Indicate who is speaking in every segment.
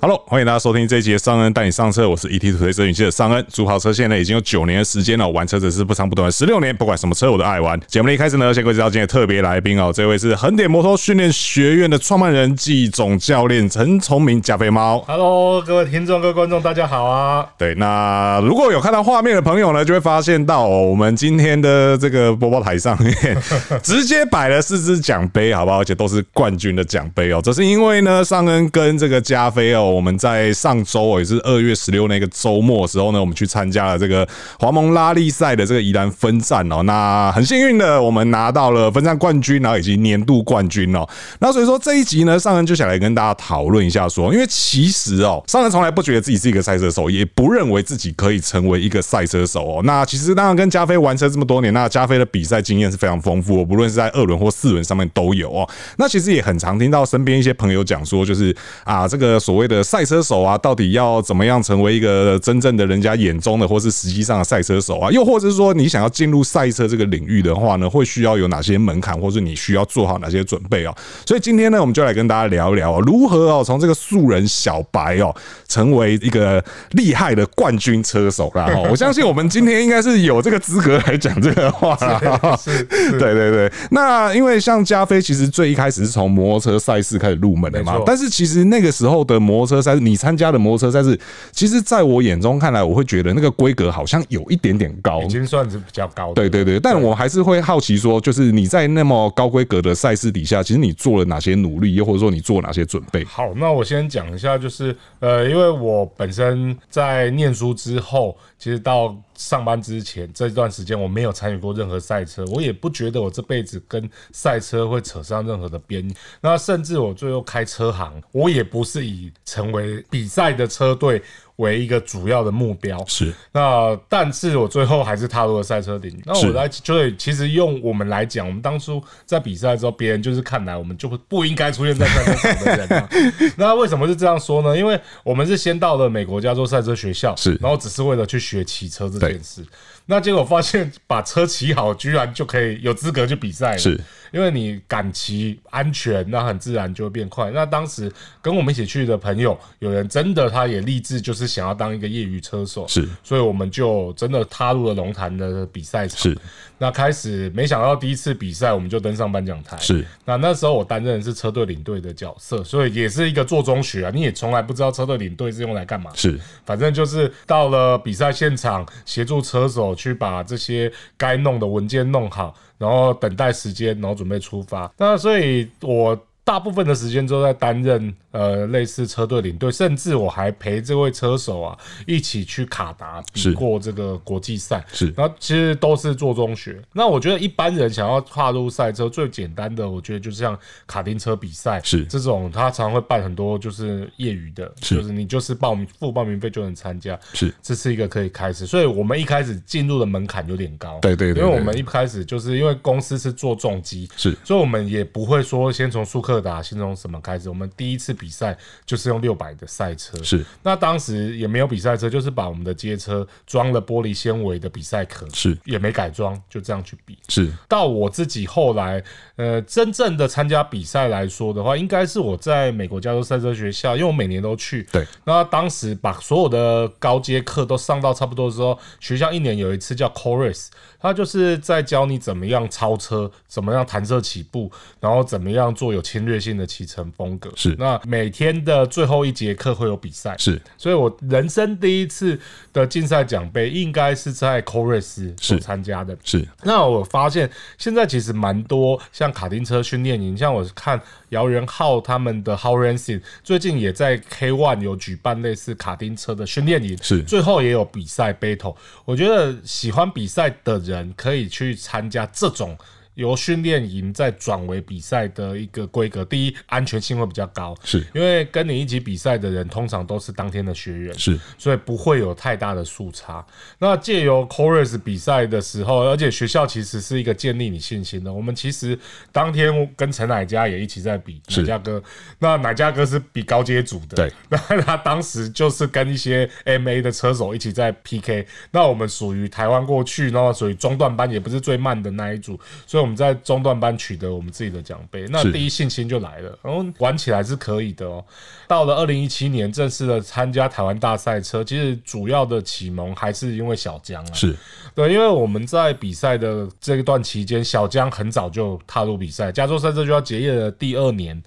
Speaker 1: Hello，欢迎大家收听这一集的尚恩带你上车，我是 E ET 土推车云系的尚恩。主跑车现在已经有九年的时间了，玩车只是不长不短，十六年，不管什么车我都爱玩。节目的一开始呢，先介绍今天的特别来宾哦，这位是横点摩托训练学院的创办人暨总教练陈崇明加菲猫。
Speaker 2: Hello，各位听众、各位观众，大家好啊！
Speaker 1: 对，那如果有看到画面的朋友呢，就会发现到、哦、我们今天的这个播报台上面直接摆了四只奖杯，好不好？而且都是冠军的奖杯哦。这是因为呢，尚恩跟这个加菲哦，我们在上周哦，也是二月十六那个周末的时候呢，我们去参加了这个华蒙拉力赛的这个宜兰分站哦。那很幸运的，我们拿到了分站冠军，然后以及年度冠军哦。那所以说这一集呢，尚恩就想来跟大家讨论一下说，因为其实哦，尚恩从来不觉得自己是一个赛车手，也不认为自己可以成为一个赛车手哦。那其实当然跟加菲玩车这么多年，那加菲的比赛经验是非常丰富、哦，不论是在二轮或四轮上面都有哦。那其实也很常听到身边一些朋友讲说，就是啊，这个所谓的赛车手啊，到底要怎么样成为一个真正的人家眼中的或是实际上的赛车手啊？又或者是说，你想要进入赛车这个领域的话呢，会需要有哪些门槛，或是你需要做好哪些准备哦？所以今天呢，我们就来跟大家聊一聊、哦、如何哦，从这个素人小白哦，成为一个厉害的冠军车手 啦。哦我相信我们今天应该是有这个资格来讲这个话啦。
Speaker 2: 是是
Speaker 1: 对对对，那因为像加菲，其实最一开始是从摩托车赛事开始入门的嘛
Speaker 2: 没错，
Speaker 1: 但是其实那个时候的摩托车赛事，你参加的摩托车赛事，其实在我眼中看来，我会觉得那个规格好像有一点点高，
Speaker 2: 已经算是比较高的。
Speaker 1: 对对对，但我还是会好奇说，就是你在那么高规格的赛事底下，其实你做了哪些努力，又或者说你做了哪些准备？
Speaker 2: 好，那我先讲一下，就是呃，因为我本身在念书之后，其实到上班之前这段时间，我没有参与过任何赛车，我也不觉得我这辈子跟赛车会扯上任何的边。那甚至我最后开车行，我也不是以成为比赛的车队为一个主要的目标。
Speaker 1: 是
Speaker 2: 那但是我最后还是踏入了赛车领域。那
Speaker 1: 是
Speaker 2: 我来，所以其实用我们来讲，我们当初在比赛的时候，别人就是看来我们就不不应该出现在赛车场的人、 啊。那为什么是这样说呢？因为我们是先到了美国加州赛车学校，
Speaker 1: 是
Speaker 2: 然后只是为了去学骑车这
Speaker 1: 对
Speaker 2: 件事。那结果发现，把车骑好，居然就可以有资格去比赛了。
Speaker 1: 是，
Speaker 2: 因为你敢骑安全，那很自然就会变快。那当时跟我们一起去的朋友，有人真的他也立志就是想要当一个业余车手，
Speaker 1: 是
Speaker 2: 所以我们就真的踏入了龙潭的比赛场。
Speaker 1: 是，
Speaker 2: 那开始没想到第一次比赛我们就登上颁奖台。
Speaker 1: 是，
Speaker 2: 那那时候我担任的是车队领队的角色，所以也是一个做中学啊，你也从来不知道车队领队是用来干嘛。
Speaker 1: 是
Speaker 2: 反正就是到了比赛现场，协助车手去把这些该弄的文件弄好，然后等待时间，然后准备出发。那所以我。大部分的时间都在担任呃类似车队领队，甚至我还陪这位车手啊一起去卡达
Speaker 1: 是
Speaker 2: 比过这个国际赛。
Speaker 1: 是
Speaker 2: 然后其实都是做中学。那我觉得一般人想要跨入赛车，最简单的，我觉得就是像卡丁车比赛，
Speaker 1: 是
Speaker 2: 这种他常会办很多就是业余的，
Speaker 1: 是
Speaker 2: 就是你就是报名付报名费就能参加，
Speaker 1: 是，
Speaker 2: 这是一个可以开始。所以我们一开始进入的门槛有点高，
Speaker 1: 对对对对
Speaker 2: 因为我们一开始就是因为公司是做重机，
Speaker 1: 是
Speaker 2: 所以我们也不会说先从速克达，先从什么开始。我们第一次比赛就是用六百的赛车，
Speaker 1: 是
Speaker 2: 那当时也没有比赛车，就是把我们的街车装了玻璃纤维的比赛壳，
Speaker 1: 是
Speaker 2: 也没改装，就这样去比。
Speaker 1: 是
Speaker 2: 到我自己后来，呃，真正的参加比赛来说的话，应该是我在美国加州赛车学校，因为我每年都去。
Speaker 1: 对。
Speaker 2: 那当时把所有的高阶课都上到差不多的时候，学校一年有一次叫 Chorus，它就是在教你怎么样超车，怎么样弹射起步，然后怎么样做有侵略性的骑乘风格。
Speaker 1: 是
Speaker 2: 那每天的最后一节课会有比赛。
Speaker 1: 是
Speaker 2: 所以我人生第一次的竞赛奖杯应该是在 Chorus 所
Speaker 1: 是
Speaker 2: 参加的。
Speaker 1: 是
Speaker 2: 那我发现现在其实蛮多像卡丁车训练营，像我看姚元浩他们的 How Racing 最近也在 K One 有举办类似卡丁车的训练营，
Speaker 1: 是
Speaker 2: 最后也有比赛 battle。我觉得喜欢比赛的人可以去参加这种。由训练营再转为比赛的一个规格，第一安全性会比较高，
Speaker 1: 是
Speaker 2: 因为跟你一起比赛的人通常都是当天的学员，
Speaker 1: 是
Speaker 2: 所以不会有太大的速差。那借由 Chorus 比赛的时候，而且学校其实是一个建立你信心的。我们其实当天我跟陈乃佳也一起在比，乃佳哥，那乃佳哥是比高阶组的，
Speaker 1: 对，
Speaker 2: 那他当时就是跟一些 MA 的车手一起在 PK。那我们属于台湾过去，然后属于中段班，也不是最慢的那一组，所以我们。们在中段班取得我们自己的奖杯，那
Speaker 1: 是
Speaker 2: 第一信心就来了，然后玩起来是可以的哦。到了二零一七年正式的参加台湾大赛车，其实主要的启蒙还是因为小江啊，
Speaker 1: 是
Speaker 2: 对，因为我们在比赛的这一段期间，小江很早就踏入比赛，加州赛车就要结业的第二年，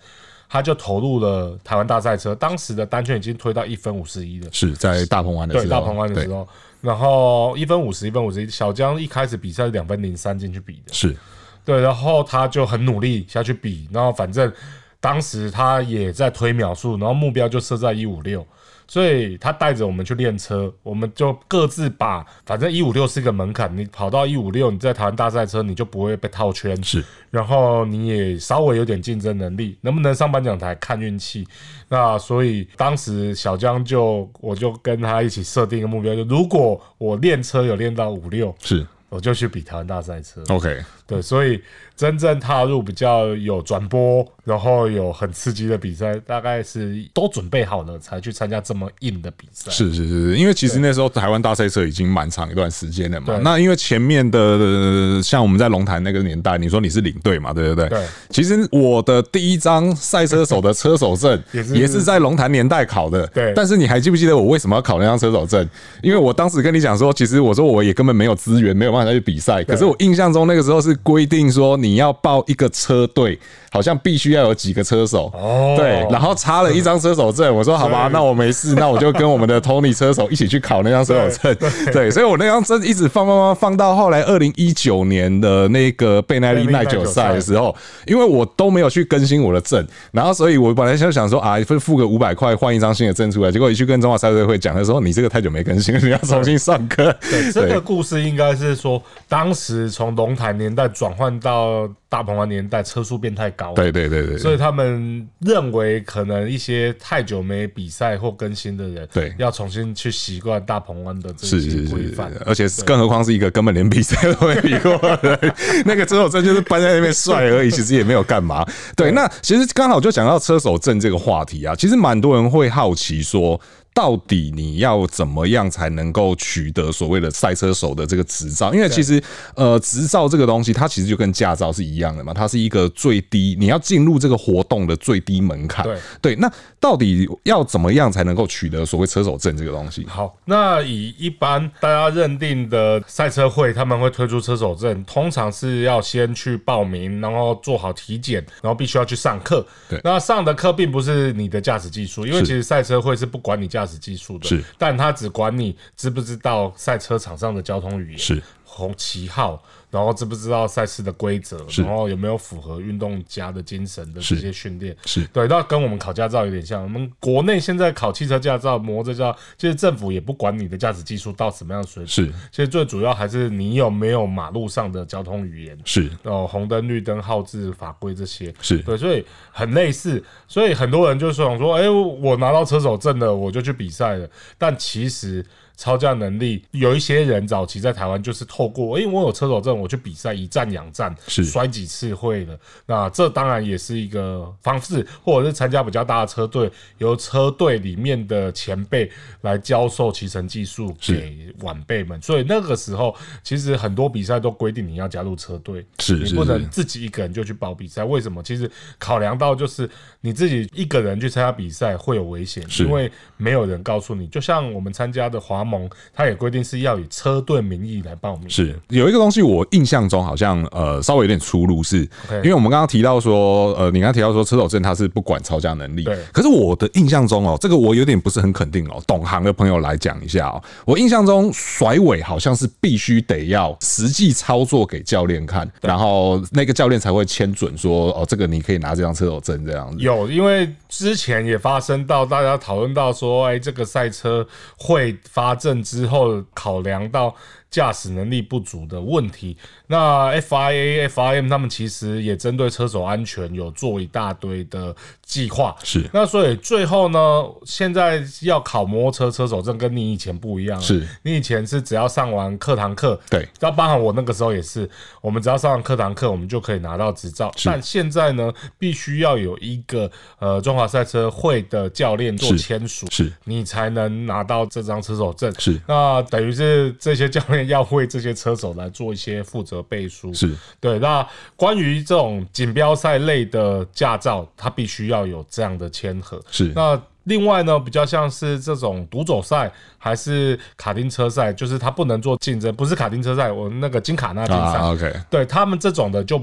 Speaker 2: 他就投入了台湾大赛车，当时的单圈已经推到一分五十一了。
Speaker 1: 是在大鹏湾的时
Speaker 2: 对，
Speaker 1: 候，
Speaker 2: 大鹏湾的时
Speaker 1: 对
Speaker 2: 候，然后一分五十，一分五十一，小江一开始比赛是两分零三进去比的，
Speaker 1: 是
Speaker 2: 对，然后他就很努力下去比，然后反正当时他也在推秒数，然后目标就设在一五六，所以他带着我们去练车，我们就各自把，反正一五六是个门槛，你跑到一五六，你在台湾大赛车你就不会被套圈，
Speaker 1: 是
Speaker 2: 然后你也稍微有点竞争能力，能不能上颁奖台看运气。那所以当时小江就我就跟他一起设定一个目标，就如果我练车有练到五六，
Speaker 1: 是
Speaker 2: 我就去比台湾大赛车。
Speaker 1: OK，
Speaker 2: 对，所以真正踏入比较有转播，然后有很刺激的比赛，大概是都准备好了才去参加这么硬的比赛。
Speaker 1: 是是是，是因为其实那时候台湾大赛车已经蛮长一段时间了嘛
Speaker 2: 对。
Speaker 1: 那因为前面的呃像我们在龙潭那个年代，你说你是领队嘛，对不对？
Speaker 2: 对。
Speaker 1: 其实我的第一张赛车手的车手证
Speaker 2: 也是
Speaker 1: 也是在龙潭年代考的。
Speaker 2: 对
Speaker 1: 但是你还记不记得我为什么要考那张车手证？因为我当时跟你讲说，其实我说我也根本没有资源，没有办法去比赛。可是我印象中那个时候是规定说，你要报一个车队，好像必须要有几个车手。
Speaker 2: 哦
Speaker 1: 对，然后插了一张车手证，我说好吧，那我没事，那我就跟我们的 Tony 车手一起去考那张车手证。 对，所以我那张证一直放放放放到后来二零一九年的那个贝奈利耐久赛的时候，因为我都没有去更新我的证，然后所以我本来就想说啊，付付个五百块换一张新的证出来，结果一去跟中华赛车会讲的时候，你这个太久没更新了，你要重新上课。
Speaker 2: 对，这个故事应该是说，当时从龙潭年代转换到大鹏湾年代，车速变太高，
Speaker 1: 对，对对对
Speaker 2: 所
Speaker 1: 对
Speaker 2: 以他们认为可能一些太久没比赛或更新的人，
Speaker 1: 对
Speaker 2: 要重新去习惯大鹏湾的这
Speaker 1: 是是
Speaker 2: 些
Speaker 1: 是
Speaker 2: 规
Speaker 1: 是
Speaker 2: 范。，
Speaker 1: 而且更何况是一个根本连比赛都没比过的人， 那个车手证就是搬在那边帅而已， 其实也没有干嘛。对，那其实刚好就讲到车手证这个话题啊，其实蛮多人会好奇说。到底你要怎么样才能够取得所谓的赛车手的这个执照？因为其实，呃，执照这个东西，它其实就跟驾照是一样的嘛，它是一个最低你要进入这个活动的最低门槛。
Speaker 2: 对
Speaker 1: 对，那到底要怎么样才能够取得所谓车手证这个东西？
Speaker 2: 好，那以一般大家认定的赛车会，他们会推出车手证，通常是要先去报名，然后做好体检，然后必须要去上课。
Speaker 1: 对
Speaker 2: 那上的课并不是你的驾驶技术，因为
Speaker 1: 是
Speaker 2: 其实赛车会是不管你驾驶技术的，
Speaker 1: 是，
Speaker 2: 但他只管你知不知道赛车场上的交通语言。
Speaker 1: 是
Speaker 2: 红旗号，然后知不知道赛事的规则，
Speaker 1: 是
Speaker 2: 然后有没有符合运动家的精神的这
Speaker 1: 是
Speaker 2: 些训练，
Speaker 1: 是
Speaker 2: 对，那跟我们考驾照有点像。我们国内现在考汽车驾照、摩托车驾照，其实政府也不管你的驾驶技术到什么样的水准，
Speaker 1: 是
Speaker 2: 其实最主要还是你有没有马路上的交通语言。
Speaker 1: 是
Speaker 2: 哦，红灯、绿灯、号志、法规这些，
Speaker 1: 是
Speaker 2: 对，所以很类似，所以很多人就想说，哎、我拿到车手证了，我就去比赛了。但其实超驾能力，有一些人早期在台湾就是透过，因为我有车手证，我去比赛一战养战，
Speaker 1: 是
Speaker 2: 摔几次会了。那这当然也是一个方式，或者是参加比较大的车队，由车队里面的前辈来教授骑乘技术给晚辈们。所以那个时候，其实很多比赛都规定你要加入车队，
Speaker 1: 是
Speaker 2: 你
Speaker 1: 是
Speaker 2: 不
Speaker 1: 是
Speaker 2: 能自己一个人就去报比赛。为什么？其实考量到就是你自己一个人去参加比赛会有危险，
Speaker 1: 是
Speaker 2: 因为没有人告诉你。就像我们参加的华盟，它也规定是要以车队名义来报名。
Speaker 1: 是有一个东西，我印象中好像呃稍微有点出入是，
Speaker 2: OK
Speaker 1: 因为我们刚刚提到说，呃，你刚刚提到说车手证它是不管超价能力
Speaker 2: 对，
Speaker 1: 可是我的印象中哦，这个我有点不是很肯定哦，懂行的朋友来讲一下哦，我印象中甩尾好像是必须得要实际操作给教练看，然后那个教练才会签准说哦，这个你可以拿这张车手证这样子，
Speaker 2: 有，因为之前也发生到大家讨论到说，哎，这个赛车会发证之后，考量到驾驶能力不足的问题。那 FIA、FIM 他们其实也针对车手安全有做一大堆的计划。
Speaker 1: 是
Speaker 2: 那所以最后呢，现在要考摩托车车手证，跟你以前不一样了。
Speaker 1: 是
Speaker 2: 你以前是只要上完课堂课，
Speaker 1: 对，
Speaker 2: 那包含我那个时候也是，我们只要上完课堂课，我们就可以拿到执照。但现在呢，必须要有一个呃中华赛车会的教练做
Speaker 1: 是
Speaker 2: 签署，
Speaker 1: 是
Speaker 2: 你才能拿到这张车手证。
Speaker 1: 是
Speaker 2: 那等于是这些教练面要为这些车手来做一些负责背书。
Speaker 1: 是
Speaker 2: 对。那关于这种锦标赛类的驾照，它必须要有这样的签合。
Speaker 1: 是
Speaker 2: 那另外呢，比较像是这种独走赛还是卡丁车赛，就是它不能做竞争，不是卡丁车赛，我那个金卡纳竞赛、
Speaker 1: 啊，OK，
Speaker 2: 对他们这种的就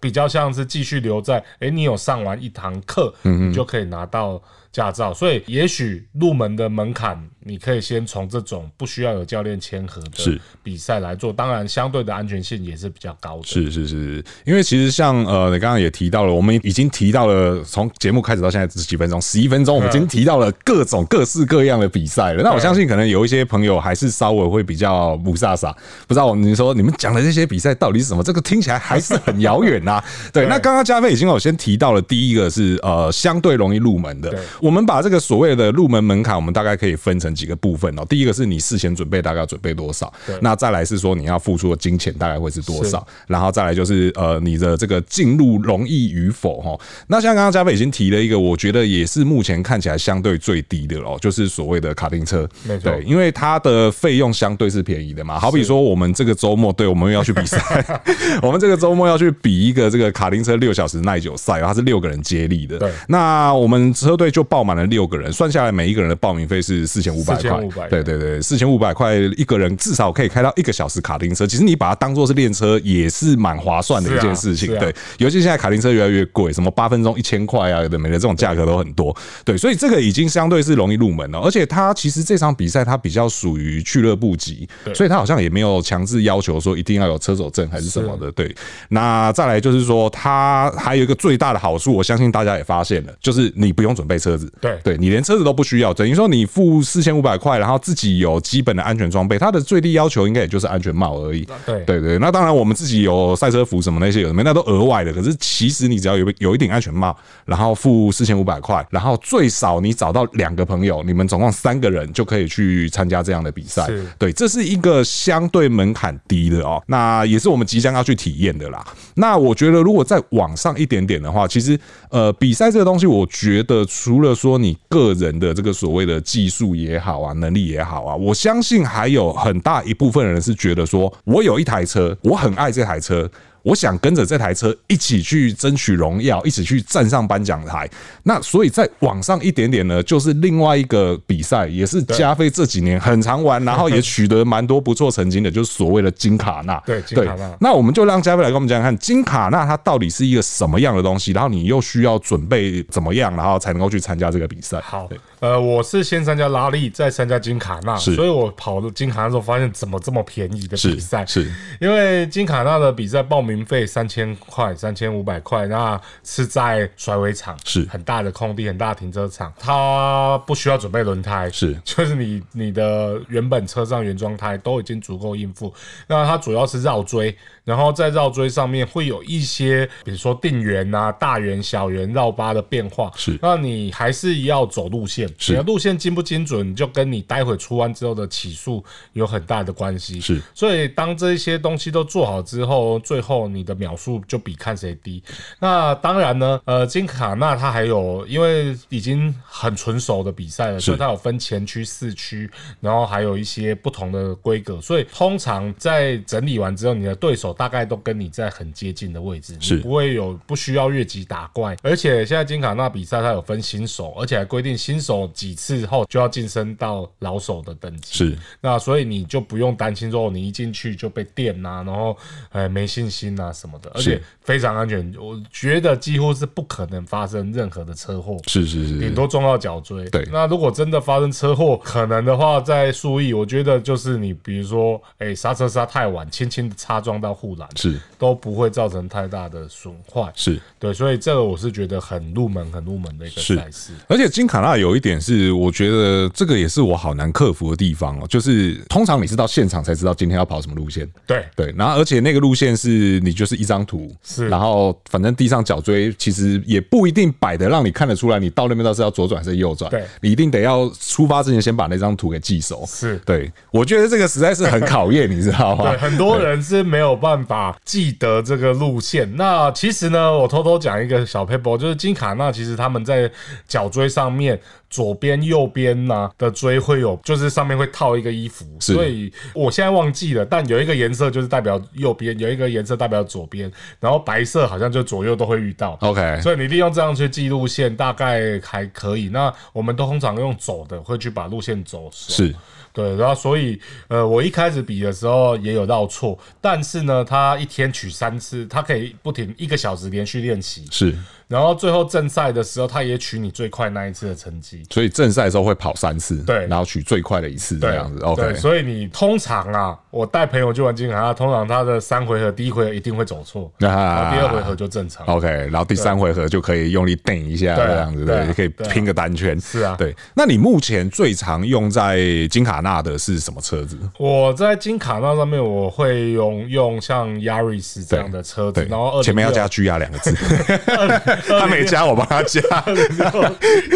Speaker 2: 比较像是继续留在，诶，你有上完一堂课，
Speaker 1: 嗯
Speaker 2: 你就可以拿到驾照。所以也许入门的门槛，你可以先从这种不需要有教练签合
Speaker 1: 是
Speaker 2: 的比赛来做，当然相对的安全性也是比较高的。
Speaker 1: 是是是是，因为其实像呃，你刚刚也提到了，我们已经提到了从节目开始到现在十几分钟，十一分钟，我们已
Speaker 2: 啊
Speaker 1: 经提到了各种各式各样的比赛了。那我相信可能有一些朋友还是稍微会比较不飒飒，不知道你说你们讲的这些比赛到底是什么？这个听起来还是很遥远 呐。对，那刚刚加菲已经有先提到了，第一个是呃相对容易入门的
Speaker 2: 对，
Speaker 1: 我们把这个所谓的入门门槛，我们大概可以分成几个部分哦。第一个是你事前准备大概要准备多少，那再来是说你要付出的金钱大概会是多
Speaker 2: 是
Speaker 1: 少。然后再来就是呃你的这个进入容易与否哈。那像刚刚嘉贝已经提了一个，我觉得也是目前看起来相对最低的哦，就是所谓的卡丁车，
Speaker 2: 没错
Speaker 1: 对，因为它的费用相对是便宜的嘛。好比说我们这个周末，对我们要去比赛， 我们这个周末要去比一个这个卡丁车六小时耐久赛哦，它是六个人接力的，
Speaker 2: 对
Speaker 1: 那我们车队就报满了六个人，算下来每一个人的报名费是四千五百块，
Speaker 2: 4500
Speaker 1: 对对对，四千五百块一个人至少可以开到一个小时卡丁车。其实你把它当做是练车，也是蛮划算的一件事情。
Speaker 2: 是啊是啊
Speaker 1: 对，尤其现在卡丁车越来越贵，什么八分钟一千块啊，有的没的，这种价格都很多。对，所以这个已经相对是容易入门了。而且它其实这场比赛它比较属于俱乐部级，所以它好像也没有强制要求说一定要有车手证还是什么的。对，那再来就是说，它还有一个最大的好处，我相信大家也发现了，就是你不用准备车子。
Speaker 2: 对
Speaker 1: 对你连车子都不需要，等于说你付四千五百块，然后自己有基本的安全装备，它的最低要求应该也就是安全帽而已。
Speaker 2: 对
Speaker 1: 对对，那当然我们自己有赛车服什么那些有什么，那都额外的。可是其实你只要有有一顶安全帽，然后付四千五百块，然后最少你找到两个朋友，你们总共三个人就可以去参加这样的比赛
Speaker 2: 是。
Speaker 1: 对，这是一个相对门槛低的哦，那也是我们即将要去体验的啦。那我觉得如果再往上一点点的话，其实呃，比赛这个东西，我觉得除了说你个人的这个所谓的技术也好啊，能力也好啊，我相信还有很大一部分人是觉得说我有一台车，我很爱这台车。我想跟着这台车一起去争取荣耀，一起去站上颁奖台。那所以再往上一点点呢，就是另外一个比赛，也是加菲这几年很常玩，然后也取得蛮多不错成绩的，就是所谓的金卡纳。
Speaker 2: 对金卡纳
Speaker 1: 那我们就让嘉宾来跟我们讲讲看，金卡纳它到底是一个什么样的东西，然后你又需要准备怎么样，然后才能够去参加这个比赛。
Speaker 2: 好
Speaker 1: 对，
Speaker 2: 呃，我是先参加拉力，再参加金卡纳，
Speaker 1: 是
Speaker 2: 所以我跑了金卡纳之后，发现怎么这么便宜的比赛？
Speaker 1: 是是
Speaker 2: 因为金卡纳的比赛报名费三千块、三千五百块，那是在甩尾场，
Speaker 1: 是
Speaker 2: 很大的空地、很大的停车场，它不需要准备轮胎，
Speaker 1: 是
Speaker 2: 就是你你的原本车上原装胎都已经足够应付。那它主要是绕锥，然后在绕锥上面会有一些，比如说定圆啊、大圆、小圆、绕八的变化。
Speaker 1: 是
Speaker 2: 那你还是要走路线，
Speaker 1: 是
Speaker 2: 你的路线精不精准，就跟你待会出弯之后的起速有很大的关系。
Speaker 1: 是
Speaker 2: 所以当这些东西都做好之后，最后你的秒数就比看谁低。那当然呢，呃，金卡纳它还有，因为已经很纯熟的比赛了，所以它有分前区、四区，然后还有一些不同的规格。所以通常在整理完之后，你的对手大概都跟你在很接近的位置，
Speaker 1: 是
Speaker 2: 你不会有不需要越级打怪。而且现在金卡纳比赛它有分新手，而且还规定新手几次后就要晋升到老手的等级。
Speaker 1: 是
Speaker 2: 那所以你就不用担心说你一进去就被电呐、然后呃没信心呐、什么的，而
Speaker 1: 是
Speaker 2: 且非常安全，我觉得几乎是不可能发生任何的车祸。
Speaker 1: 是是
Speaker 2: 顶
Speaker 1: 是，
Speaker 2: 多撞到脚椎。
Speaker 1: 对
Speaker 2: 那如果真的发生车祸，可能的话，在速翼，我觉得就是你，比如说，哎、刹车刹太晚，轻轻的擦撞到护栏，
Speaker 1: 是
Speaker 2: 都不会造成太大的损坏。
Speaker 1: 是。
Speaker 2: 对，所以这个我是觉得很入门、很入门的一个
Speaker 1: 是
Speaker 2: 赛事。
Speaker 1: 而且金卡纳有一点是，我觉得这个也是我好难克服的地方哦，就是通常你是到现场才知道今天要跑什么路线。
Speaker 2: 对，
Speaker 1: 对，然后而且那个路线是你就是一张图，
Speaker 2: 是
Speaker 1: 然后反正地上脚锥其实也不一定摆的让你看得出来，你到那边到底是要左转还是右转，
Speaker 2: 对
Speaker 1: 你一定得要出发之前先把那张图给记熟。
Speaker 2: 是
Speaker 1: 对，我觉得这个实在是很考验，你知道吗
Speaker 2: 对，？很多人是没有办法记得这个路线。那其实呢，我偷偷讲一个小 paper，就是金卡纳，其实他们在脚锥上面左边、右边呐、的锥会有，就是上面会套一个衣服，
Speaker 1: 是
Speaker 2: 所以我现在忘记了，但有一个颜色就是代表右边，有一个颜色代表左边，然后白色好像就左右都会遇到。
Speaker 1: OK
Speaker 2: 所以你利用这样去记路线，大概还可以。那我们都通常用走的，会去把路线走熟。
Speaker 1: 是
Speaker 2: 对，然后所以呃，我一开始比的时候也有绕错，但是呢，他一天取三次，他可以不停一个小时连续练习，
Speaker 1: 是，
Speaker 2: 然后最后正赛的时候，他也取你最快那一次的成绩。
Speaker 1: 所以正赛的时候会跑三次，
Speaker 2: 对
Speaker 1: 然后取最快的一次这
Speaker 2: 对
Speaker 1: 样子。
Speaker 2: 对，
Speaker 1: 啊
Speaker 2: 啊
Speaker 1: OK，
Speaker 2: 所以你通常啊，我带朋友去玩金卡，他通常他的三回合，第一回合一定会走错，
Speaker 1: 那
Speaker 2: 然后第二回合就正常。
Speaker 1: OK，然后第三回合就可以用力顶一下
Speaker 2: 对啊
Speaker 1: 这样子，
Speaker 2: 对啊
Speaker 1: 对，可以
Speaker 2: 对啊
Speaker 1: 拼个单圈。
Speaker 2: 是啊
Speaker 1: 对。那你目前最常用在金卡纳的是什么车子？
Speaker 2: 我在金卡那上面，我会用用像 Yaris 这样的车子
Speaker 1: 对，，
Speaker 2: 然后
Speaker 1: 前面要 加 “G R” 两个字，他没加，我帮他加。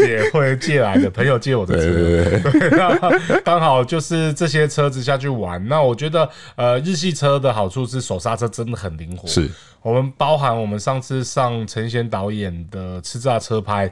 Speaker 2: 也会借来的朋友借我的车，
Speaker 1: 对对对对，
Speaker 2: 那刚好就是这些车子下去玩。那我觉得，呃，日系车的好处是手刹车真的很灵活。
Speaker 1: 是
Speaker 2: 我们包含我们上次上陈贤导演的《叱咤车拍》，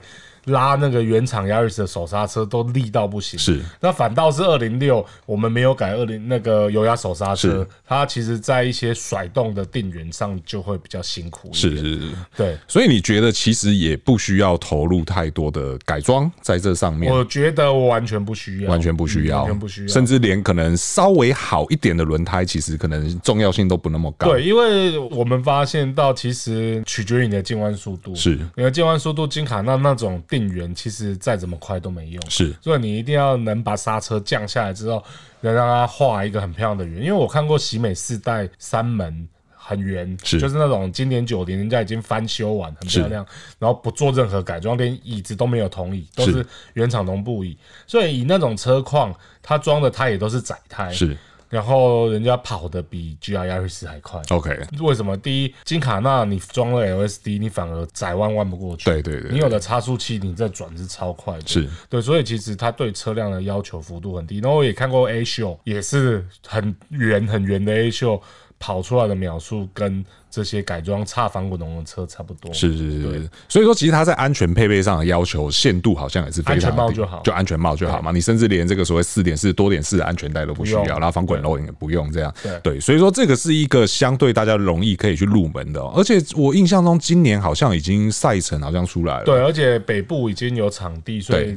Speaker 2: 拉那个原厂 Yaris 的手刹车都力到不行。
Speaker 1: 是
Speaker 2: 那反倒是二零六，我们没有改二零那个油压手刹车
Speaker 1: 是，
Speaker 2: 它其实在一些甩动的定源上就会比较辛苦。
Speaker 1: 是，是是。
Speaker 2: 对。
Speaker 1: 所以你觉得其实也不需要投入太多的改装在这上面，
Speaker 2: 我觉得我完全不需要，
Speaker 1: 完全不需要，
Speaker 2: 嗯完全不需要，
Speaker 1: 甚至连可能稍微好一点的轮胎，其实可能重要性都不那么高。
Speaker 2: 对，因为我们发现到，其实取决于你的进弯速度。
Speaker 1: 是
Speaker 2: 你的进弯速度，金卡那那种定圆，其实再怎么快都没用。
Speaker 1: 是
Speaker 2: 所以你一定要能把刹车降下来之后，能让它画一个很漂亮的圆。因为我看过喜美四代三门。很圆，
Speaker 1: 是
Speaker 2: 就是那种经典九零，人家已经翻修完，很漂亮，然后不做任何改装，连椅子都没有同椅，都
Speaker 1: 是
Speaker 2: 是原厂绒布椅。所以以那种车况，它装的胎也都是窄胎，
Speaker 1: 是
Speaker 2: 然后人家跑的比 G R Yaris 还快。
Speaker 1: OK，
Speaker 2: 为什么？第一，金卡纳你装了 LSD，你反而窄弯弯不过去。
Speaker 1: 对对对
Speaker 2: 你有了差速器，你再转是超快的。
Speaker 1: 是
Speaker 2: 对，所以其实它对车辆的要求幅度很低。然后我也看过 A 秀，也是很圆很圆的 A 秀跑出来的秒数跟这些改装差反滚动的车差不多。
Speaker 1: 是是是是，所以说其实它在安全配备上的要求限度好像也是非常低
Speaker 2: 安全帽就好
Speaker 1: 就安全帽就好嘛。你甚至连这个所谓四点四多点四的安全带都不需要，
Speaker 2: 不用
Speaker 1: 然后防滚漏也不用这样。
Speaker 2: 对
Speaker 1: 所以说这个是一个相对大家容易可以去入门的哦、而且我印象中今年好像已经赛程好像出来了，
Speaker 2: 对，而且北部已经有场地，所以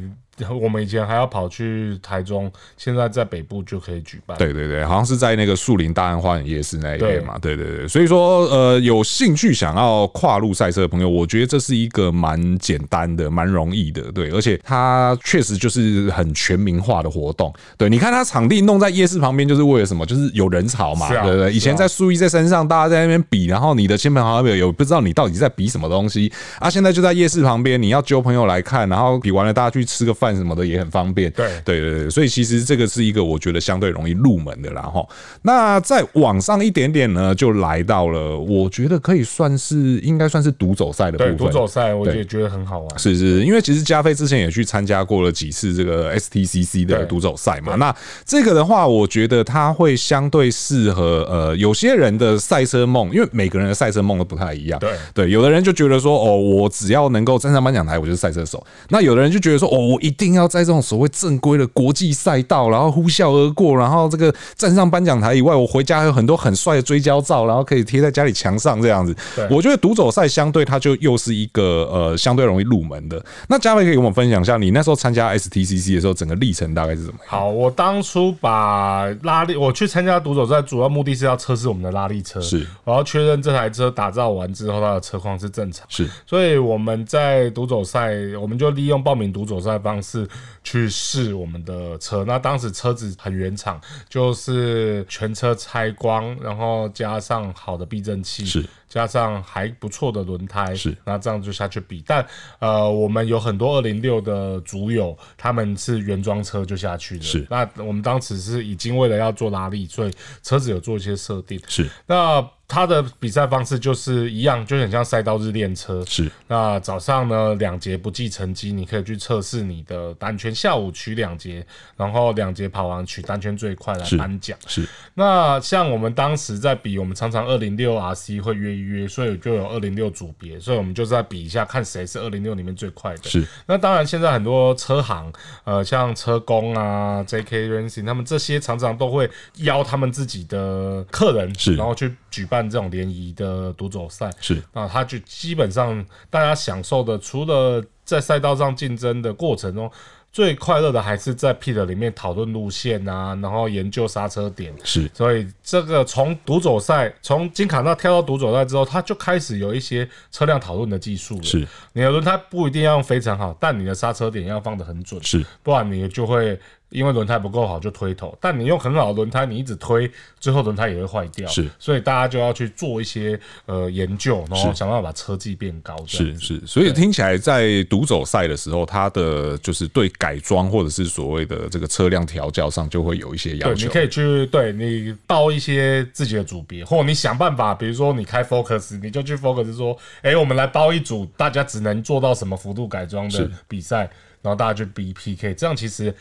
Speaker 2: 我们以前还要跑去台中，现在在北部就可以举办。
Speaker 1: 对对对，好像是在那个树林大安花园夜市那一边嘛。对对对，所以说呃，有兴趣想要跨入赛车的朋友，我觉得这是一个蛮简单的、蛮容易的，对，而且它确实就是很全民化的活动。对，你看它场地弄在夜市旁边，就是为了什么？就是有人潮嘛，
Speaker 2: 是啊
Speaker 1: 对不对？
Speaker 2: 是啊
Speaker 1: 以前在苏一在山上，大家在那边比，然后你的亲朋好友也不知道你到底在比什么东西啊。现在就在夜市旁边，你要揪朋友来看，然后比完了大家去吃个饭什么的也很方便。
Speaker 2: 对
Speaker 1: 对对对，所以其实这个是一个我觉得相对容易入门的啦哈。那再往上一点点呢，就来到了我觉得可以算是应该算是独走赛的
Speaker 2: 对，
Speaker 1: 部
Speaker 2: 独
Speaker 1: 分。
Speaker 2: 走赛我
Speaker 1: 对
Speaker 2: 也觉得很好玩。
Speaker 1: 是是，因为其实加菲之前也去参加过了几次这个 STCC 的
Speaker 2: 对
Speaker 1: 独走赛嘛。那这个的话，我觉得它会相对适合呃有些人的赛车梦，因为每个人的赛车梦都不太一样。
Speaker 2: 对
Speaker 1: 对，有的人就觉得说哦，我只要能够站上颁奖台，我就是赛车手。那有的人就觉得说哦，我一定要在这种所谓正规的国际赛道，然后呼啸而过，然后这个站上颁奖台以外，我回家还有很多很帅的追焦照，然后可以贴在家里墙上这样子。
Speaker 2: 对
Speaker 1: 我觉得独走赛相对它就又是一个呃相对容易入门的。那嘉伟可以跟我们分享一下，你那时候参加 STCC 的时候，整个历程大概是怎么样？
Speaker 2: 好，我当初把拉力，我去参加独走赛，主要目的是要测试我们的拉力车，
Speaker 1: 是
Speaker 2: 我要确认这台车打造完之后它的车况是正常。
Speaker 1: 是
Speaker 2: 所以我们在独走赛，我们就利用报名独走赛的方式去试我们的车。那当时车子很原厂，就是全车拆光，然后加上好的避震器，
Speaker 1: 是
Speaker 2: 加上还不错的轮胎，
Speaker 1: 是
Speaker 2: 那这样就下去比。但呃，我们有很多二零六的组友，他们是原装车就下去的，
Speaker 1: 是
Speaker 2: 那我们当时是已经为了要做拉力，所以车子有做一些设定，
Speaker 1: 是
Speaker 2: 那他的比赛方式就是一样，就很像赛道日练车。
Speaker 1: 是
Speaker 2: 那早上呢，两节不计成绩，你可以去测试你的单圈。下午取两节，然后两节跑完取单圈最快来
Speaker 1: 是
Speaker 2: 颁奖。
Speaker 1: 是
Speaker 2: 那像我们当时在比，我们常常二零六 RC 会约约，所以就有二零六组别，所以我们就在比一下，看谁是二零六里面最快的。
Speaker 1: 是，
Speaker 2: 那当然现在很多车行，呃，像车工啊、J.K. Racing 他们这些常常都会邀他们自己的客人，
Speaker 1: 是
Speaker 2: 然后去举办这种联谊的独走赛。
Speaker 1: 是
Speaker 2: 那他就基本上大家享受的，除了在赛道上竞争的过程中，最快乐的还是在 pit 里面讨论路线啊，然后研究刹车点。
Speaker 1: 是
Speaker 2: 所以这个从独走赛，从金卡纳跳到独走赛之后，他就开始有一些车辆讨论的技术了。
Speaker 1: 是
Speaker 2: 你的轮胎不一定要用非常好，但你的刹车点要放得很准，
Speaker 1: 是
Speaker 2: 不然你就会因为轮胎不够好就推头。但你用很好的轮胎，你一直推，最后轮胎也会坏掉。
Speaker 1: 是
Speaker 2: 所以大家就要去做一些呃研究，然后
Speaker 1: 是
Speaker 2: 想办法把车技变高。这
Speaker 1: 是
Speaker 2: 样
Speaker 1: 是，所以听起来在独走赛的时候，它的就是对改装或者是所谓的这个车辆调教上就会有一些要
Speaker 2: 对，你
Speaker 1: 求。
Speaker 2: 可以去对你报一些自己的组别，或你想办法，比如说你开 Focus，你就去 Focus 说，哎、我们来包一组，大家只能做到什么幅度改装的比赛，然后大家去比 PK，这样其实。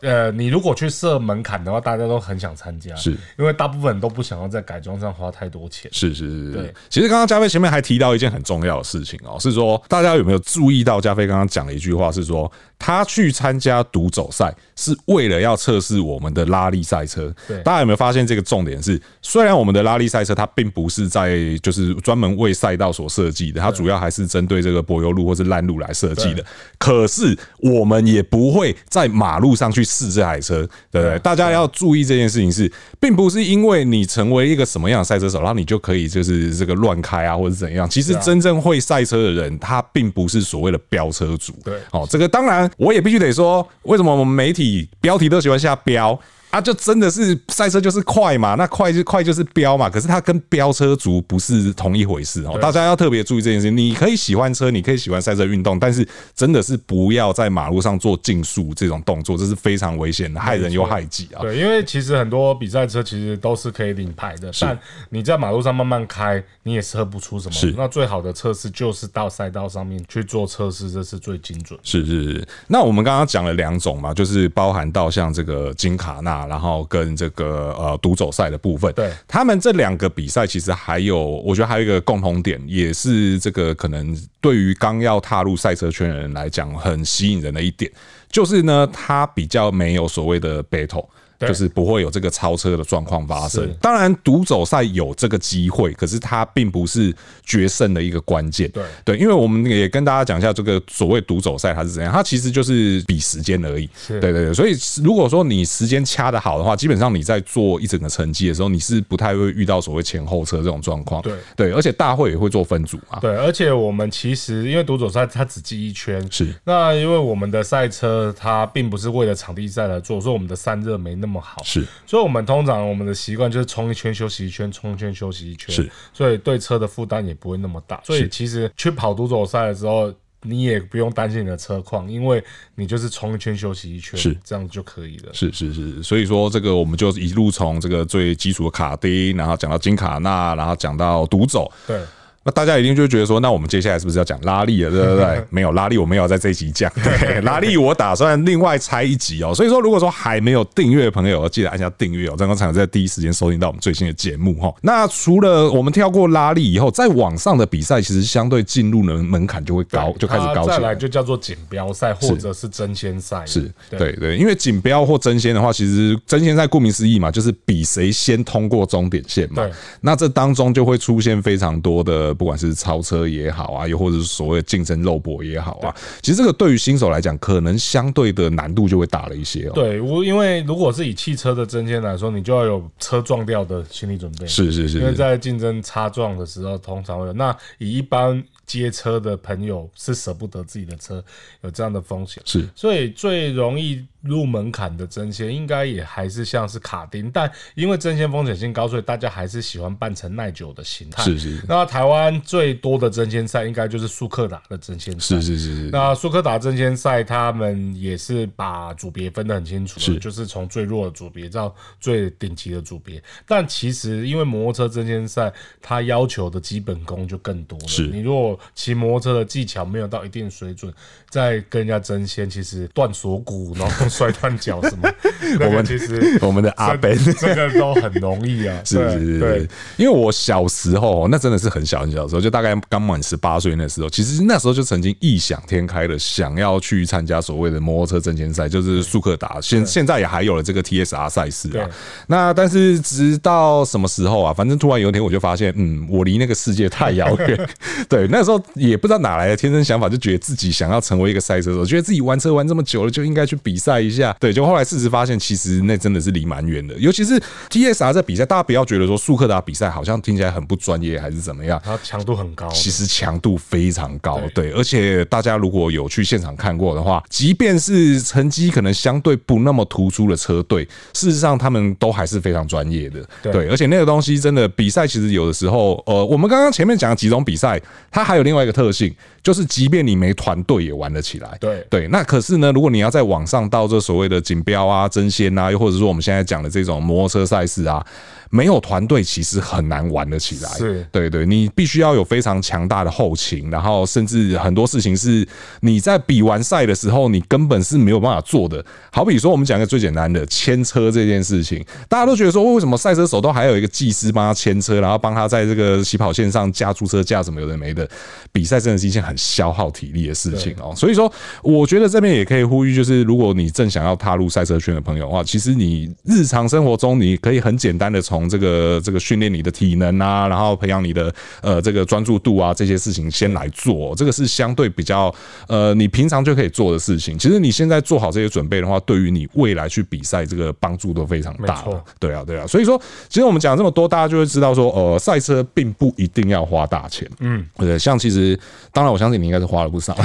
Speaker 2: 呃，你如果去设门槛的话，大家都很想参加，
Speaker 1: 是
Speaker 2: 因为大部分人都不想要在改装上花太多钱。
Speaker 1: 是是是是
Speaker 2: 对，
Speaker 1: 其实刚刚加菲前面还提到一件很重要的事情哦，是说大家有没有注意到加菲刚刚讲了一句话，是说他去参加独走赛是为了要测试我们的拉力赛车。
Speaker 2: 对
Speaker 1: 大家有没有发现这个重点是，虽然我们的拉力赛车它并不是在就是专门为赛道所设计的，它主要还是针对这个柏油路或是烂路来设计的
Speaker 2: 对，
Speaker 1: 可是我们也不会在马路上去试这台车，对不对？大家要注意这件事情是，并不是因为你成为一个什么样的赛车手，然后你就可以就是这个乱开啊，或者怎样。其实
Speaker 2: 对啊
Speaker 1: 真正会赛车的人，他并不是所谓的飙车族。
Speaker 2: 对
Speaker 1: 哦，这个当然我也必须得说，为什么我们媒体标题都喜欢下标？啊，就真的是赛车就是快嘛，那快就快就是飙嘛，可是它跟飙车族不是同一回事哦，大家要特别注意这件事。你可以喜欢车，你可以喜欢赛车运动，但是真的是不要在马路上做竞速这种动作，这是非常危险的，害人又害己啊。
Speaker 2: 对，因为其实很多比赛车其实都是可以领牌的，但你在马路上慢慢开，你也测不出什
Speaker 1: 是
Speaker 2: 么。那最好的测试就是到赛道上面去做测试，这是最精准。
Speaker 1: 是是是，那我们刚刚讲了两种嘛，就是包含到像这个金卡纳，然后跟这个呃独走赛的部分。
Speaker 2: 对
Speaker 1: 他们这两个比赛其实还有，我觉得还有一个共同点，也是这个可能对于刚要踏入赛车圈的人来讲很吸引人的一点，就是呢，它比较没有所谓的 battle。
Speaker 2: 对
Speaker 1: 就是不会有这个超车的状况发生
Speaker 2: 是。
Speaker 1: 当然，独走赛有这个机会，可是它并不是决胜的一个关键。
Speaker 2: 对
Speaker 1: 对，因为我们也跟大家讲一下这个所谓独走赛它是怎样，它其实就是比时间而已。对
Speaker 2: 是
Speaker 1: 对对，所以如果说你时间掐的好的话，基本上你在做一整个成绩的时候，你是不太会遇到所谓前后车这种状况。
Speaker 2: 对
Speaker 1: 对，而且大会也会做分组嘛。
Speaker 2: 对，而且我们其实因为独走赛它只记一圈，
Speaker 1: 是
Speaker 2: 那因为我们的赛车它并不是为了场地赛来做，所以我们的散热没那么好，
Speaker 1: 是
Speaker 2: 所以我们通常我们的习惯就是冲一圈休息一圈，冲一圈休息一圈，
Speaker 1: 是，
Speaker 2: 所以对车的负担也不会那么大。所以其实去跑独走赛的时候。你也不用担心你的车况，因为你就是冲一圈休息一圈，
Speaker 1: 是
Speaker 2: 这样就可以了。
Speaker 1: 是是是，所以说这个我们就一路从这个最基础的卡丁，然后讲到金卡纳，然后讲到独走，
Speaker 2: 对，
Speaker 1: 那大家一定就觉得说，那我们接下来是不是要讲拉力了？对不 对？没有拉力，我没有在这一集讲。对拉力我打算另外拆一集哦。所以说，如果说还没有订阅的朋友，记得按下订阅哦，这样才能在第一时间收听到我们最新的节目哈、哦。那除了我们跳过拉力以后，在网上的比赛其实相对进入门门槛就会高，就开始
Speaker 2: 它
Speaker 1: 高
Speaker 2: 啊再
Speaker 1: 起
Speaker 2: 来
Speaker 1: 来。
Speaker 2: 就叫做锦标赛或者是争先赛。
Speaker 1: 是对对，因为锦标或争先的话，其实争先赛顾名思义嘛，就是比谁先通过终点线嘛
Speaker 2: 对。
Speaker 1: 那这当中就会出现非常多的，不管是超车也好啊，又或者是所谓的竞争肉搏也好啊，其实这个对于新手来讲，可能相对的难度就会大了一些哦。
Speaker 2: 对，我因为如果是以汽车的争先来说，你就要有车撞掉的心理准备，
Speaker 1: 是是是
Speaker 2: 因为
Speaker 1: 是
Speaker 2: 在竞争擦撞的时候，通常会有。那以一般接车的朋友是舍不得自己的车有这样的风险，
Speaker 1: 是
Speaker 2: 所以最容易入门槛的争先，应该也还是像是卡丁，但因为争先风险性高，所以大家还是喜欢扮成耐久的形态。
Speaker 1: 是是
Speaker 2: 那台湾湾最多的争先赛应该就是苏克达的争先赛。
Speaker 1: 是是是是，
Speaker 2: 那苏克达争先赛，他们也是把组别分得很清楚，
Speaker 1: 是
Speaker 2: 就是从最弱的组别到最顶级的组别。但其实因为摩托车争先赛，它要求的基本功就更多了。
Speaker 1: 是
Speaker 2: 你如果骑摩托车的技巧没有到一定水准，再跟人家争先，其实断锁骨，然后摔断脚什 么，那
Speaker 1: 我
Speaker 2: 个
Speaker 1: 们
Speaker 2: 其实
Speaker 1: 我们的阿
Speaker 2: 这
Speaker 1: 贝。
Speaker 2: 这个都很容易啊。
Speaker 1: 是是是
Speaker 2: 对对
Speaker 1: 是，因为我小时候，那真的是很小很小的时候，就大概刚满十八岁那时候，其实那时候就曾经异想天开的想要去参加所谓的摩托车争先赛，就是速克达，现现在也还有了这个 TSR 赛事啊
Speaker 2: 对。
Speaker 1: 那但是直到什么时候啊？反正突然有一天我就发现，嗯，我离那个世界太遥远。 对，那时候也不知道哪来的天生想法，就觉得自己想要成为一个赛车手，觉得自己玩车玩这么久了，就应该去比赛一下。对，就后来事实发现，其实那真的是离蛮远的。尤其是 TSR 在比赛，大家不要觉得说速克达比赛好像听起来很不专业，还是怎么样。
Speaker 2: 它强度很高，
Speaker 1: 其实强度非常高，
Speaker 2: 对
Speaker 1: 对，而且大家如果有去现场看过的话，即便是成绩可能相对不那么突出的车队，事实上他们都还是非常专业的，
Speaker 2: 对
Speaker 1: 对，而且那个东西真的比赛，其实有的时候，呃，我们刚刚前面讲的几种比赛，它还有另外一个特性，就是即便你没团队也玩得起来，
Speaker 2: 对
Speaker 1: 对，那可是呢，如果你要在网上到这所谓的锦标啊、争先啊，又或者说我们现在讲的这种摩托车赛事啊，没有团队其实很难玩得起来。
Speaker 2: 是
Speaker 1: 对对，你必须要有非常强大的后勤，然后甚至很多事情是你在比完赛的时候，你根本是没有办法做的。好比说，我们讲一个最简单的牵车这件事情，大家都觉得说，为什么赛车手都还有一个技师帮他牵车，然后帮他在这个起跑线上加驻车架什么有的没的？比赛真的是一件很消耗体力的事情哦。所以说，我觉得这边也可以呼吁，就是如果你正想要踏入赛车圈的朋友的话，其实你日常生活中你可以很简单的从这个这个训练你的体能啊，然后培养你的呃这个专注度啊这些事情先来做、这个是相对比较呃你平常就可以做的事情。其实你现在做好这些准备的话，对于你未来去比赛这个帮助都非常大
Speaker 2: 没错
Speaker 1: 了。对啊，对啊，所以说，其实我们讲这么多，大家就会知道说，呃，赛车并不一定要花大钱。嗯，对，像其实，当然我相信你应该是花了不少，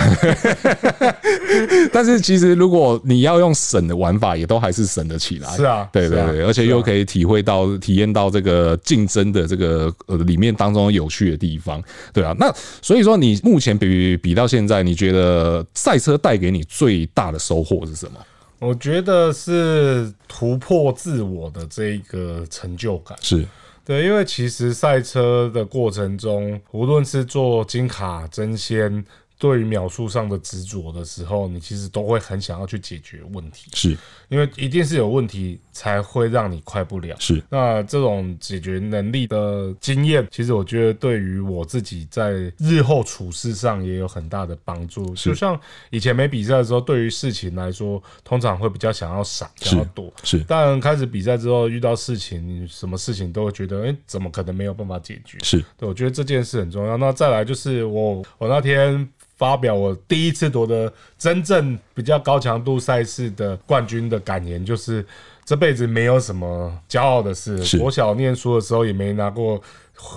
Speaker 1: 但是其实如果你要用省的玩法，也都还是省得起来。
Speaker 2: 是啊
Speaker 1: 对对
Speaker 2: 是啊
Speaker 1: 对，而且
Speaker 2: 是啊
Speaker 1: 又可以体会到、体验到这个竞争的这个呃里面当中有趣的地方。对啊，那所以说你目前比比比到现在，你觉得赛车带给你最大的收获是什么？
Speaker 2: 我觉得是突破自我的这一个成就感。
Speaker 1: 是
Speaker 2: 对，因为其实赛车的过程中，无论是做金卡争先，对于秒数上的执着的时候，你其实都会很想要去解决问题，
Speaker 1: 是
Speaker 2: 因为一定是有问题才会让你快不了。
Speaker 1: 是，
Speaker 2: 那这种解决能力的经验，其实我觉得对于我自己在日后处事上也有很大的帮助。就像以前没比赛的时候，对于事情来说，通常会比较想要闪，想要躲。
Speaker 1: 是
Speaker 2: 但开始比赛之后，遇到事情，你什么事情都会觉得，哎、怎么可能没有办法解决？
Speaker 1: 是
Speaker 2: 对，我觉得这件事很重要。那再来就是我，我那天发表我第一次夺得真正比较高强度赛事的冠军的感言，就是这辈子没有什么骄傲的事
Speaker 1: 是。
Speaker 2: 我小念书的时候也没拿过。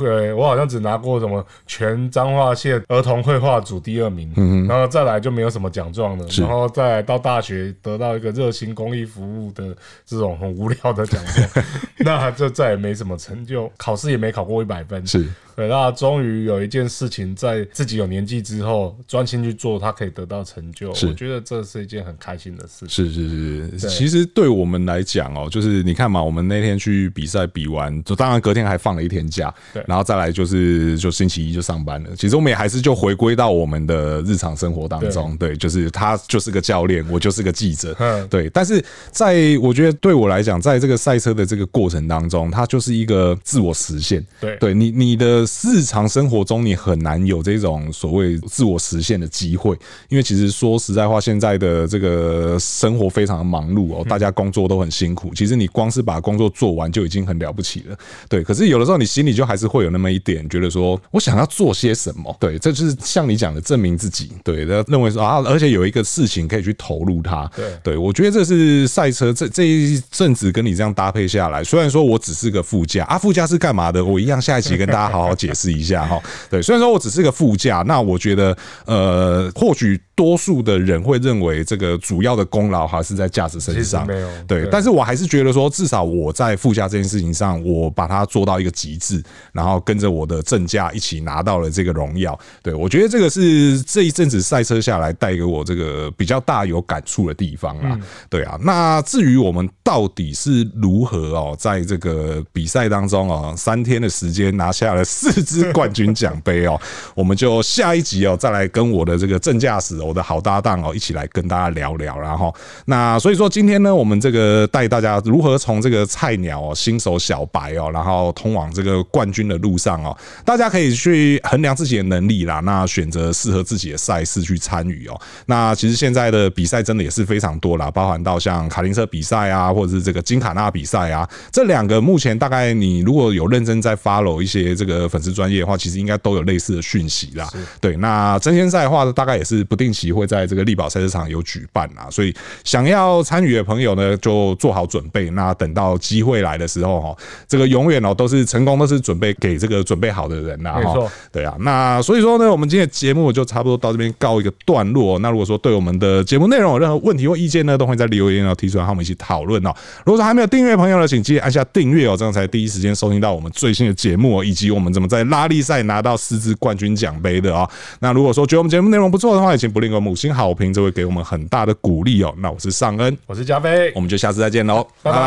Speaker 2: 呃，我好像只拿过什么全彰化县儿童绘画组第二名，
Speaker 1: 嗯
Speaker 2: 然后再来就没有什么奖状了，然后再来到大学得到一个热心公益服务的这种很无聊的奖状， 那就再也没什么成就，考试也没考过一百分，
Speaker 1: 是
Speaker 2: 对，那终于有一件事情在自己有年纪之后专心去做，他可以得到成就。
Speaker 1: 是
Speaker 2: 我觉得这是一件很开心的事情。
Speaker 1: 是是是是，其实对我们来讲哦，就是你看嘛，我们那天去比赛比完，就当然隔天还放了一天假，
Speaker 2: 对
Speaker 1: 然后再来就是就星期一就上班了。其实我们也还是就回归到我们的日常生活当中，对，就是他就是个教练，我就是个记者，
Speaker 2: 嗯
Speaker 1: 对。但是在我觉得对我来讲，在这个赛车的这个过程当中，它就是一个自我实现，
Speaker 2: 对
Speaker 1: 对你你的日常生活中，你很难有这种所谓自我实现的机会，因为其实说实在话，现在的这个生活非常的忙碌
Speaker 2: 嗯
Speaker 1: 哦，大家工作都很辛苦。其实你光是把工作做完就已经很了不起了，对。可是有的时候你心里就还是会有那么一点觉得说，我想要做些什么，对，这就是像你讲的证明自己，对，那认为说啊，而且有一个事情可以去投入它，
Speaker 2: 对
Speaker 1: 对，我觉得这是赛车这这一阵子跟你这样搭配下来，虽然说我只是个副驾啊，副驾是干嘛的？我一样下一集跟大家好好解释一下哈。对，虽然说我只是个副驾，那我觉得呃，或许。多数的人会认为这个主要的功劳还是在驾驶身上，
Speaker 2: 其实没有
Speaker 1: 对
Speaker 2: 对，
Speaker 1: 但是我还是觉得说，至少我在副驾这件事情上，我把它做到一个极致，然后跟着我的正驾一起拿到了这个荣耀。对我觉得这个是这一阵子赛车下来带给我这个比较大有感触的地方啦。对啊，那至于我们到底是如何哦，在这个比赛当中哦，三天的时间拿下了四支冠军奖杯哦，我们就下一集哦再来跟我的这个正驾驶我的好搭档哦一起来跟大家聊聊啦齁，然后那所以说今天呢，我们这个带大家如何从这个菜鸟哦新手小白哦，然后通往这个冠军的路上哦，大家可以去衡量自己的能力啦，那选择适合自己的赛事去参与哦。那其实现在的比赛真的也是非常多啦，包含到像卡丁车比赛啊，或者是这个金卡纳比赛啊，这两个目前大概你如果有认真在 follow 一些这个粉丝专业的话，其实应该都有类似的讯息啦。对，那争先赛的话，大概也是不定期会在这个力宝赛车场有举办啦，所以想要参与的朋友呢，就做好准备。那等到机会来的时候哦，这个永远哦都是成功都是准备给这个准备好的人啦。
Speaker 2: 没
Speaker 1: 齁
Speaker 2: 错
Speaker 1: 对啊，那所以说呢，我们今天的节目就差不多到这边告一个段落哦、那如果说对我们的节目内容有任何问题或意见呢，都会在留言哦提出来，和我们一起讨论哦。如果说还没有订阅的朋友呢，请记得按下订阅哦，这样才第一时间收听到我们最新的节目、哦，以及我们怎么在拉力赛拿到四支冠军奖杯的哦。那如果说觉得我们节目内容不错的话，也请不吝给我们五星好评，这会给我们很大的鼓励哦。那我是尚恩，
Speaker 2: 我是加菲
Speaker 1: 我，们就下次再见喽，拜拜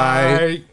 Speaker 2: 拜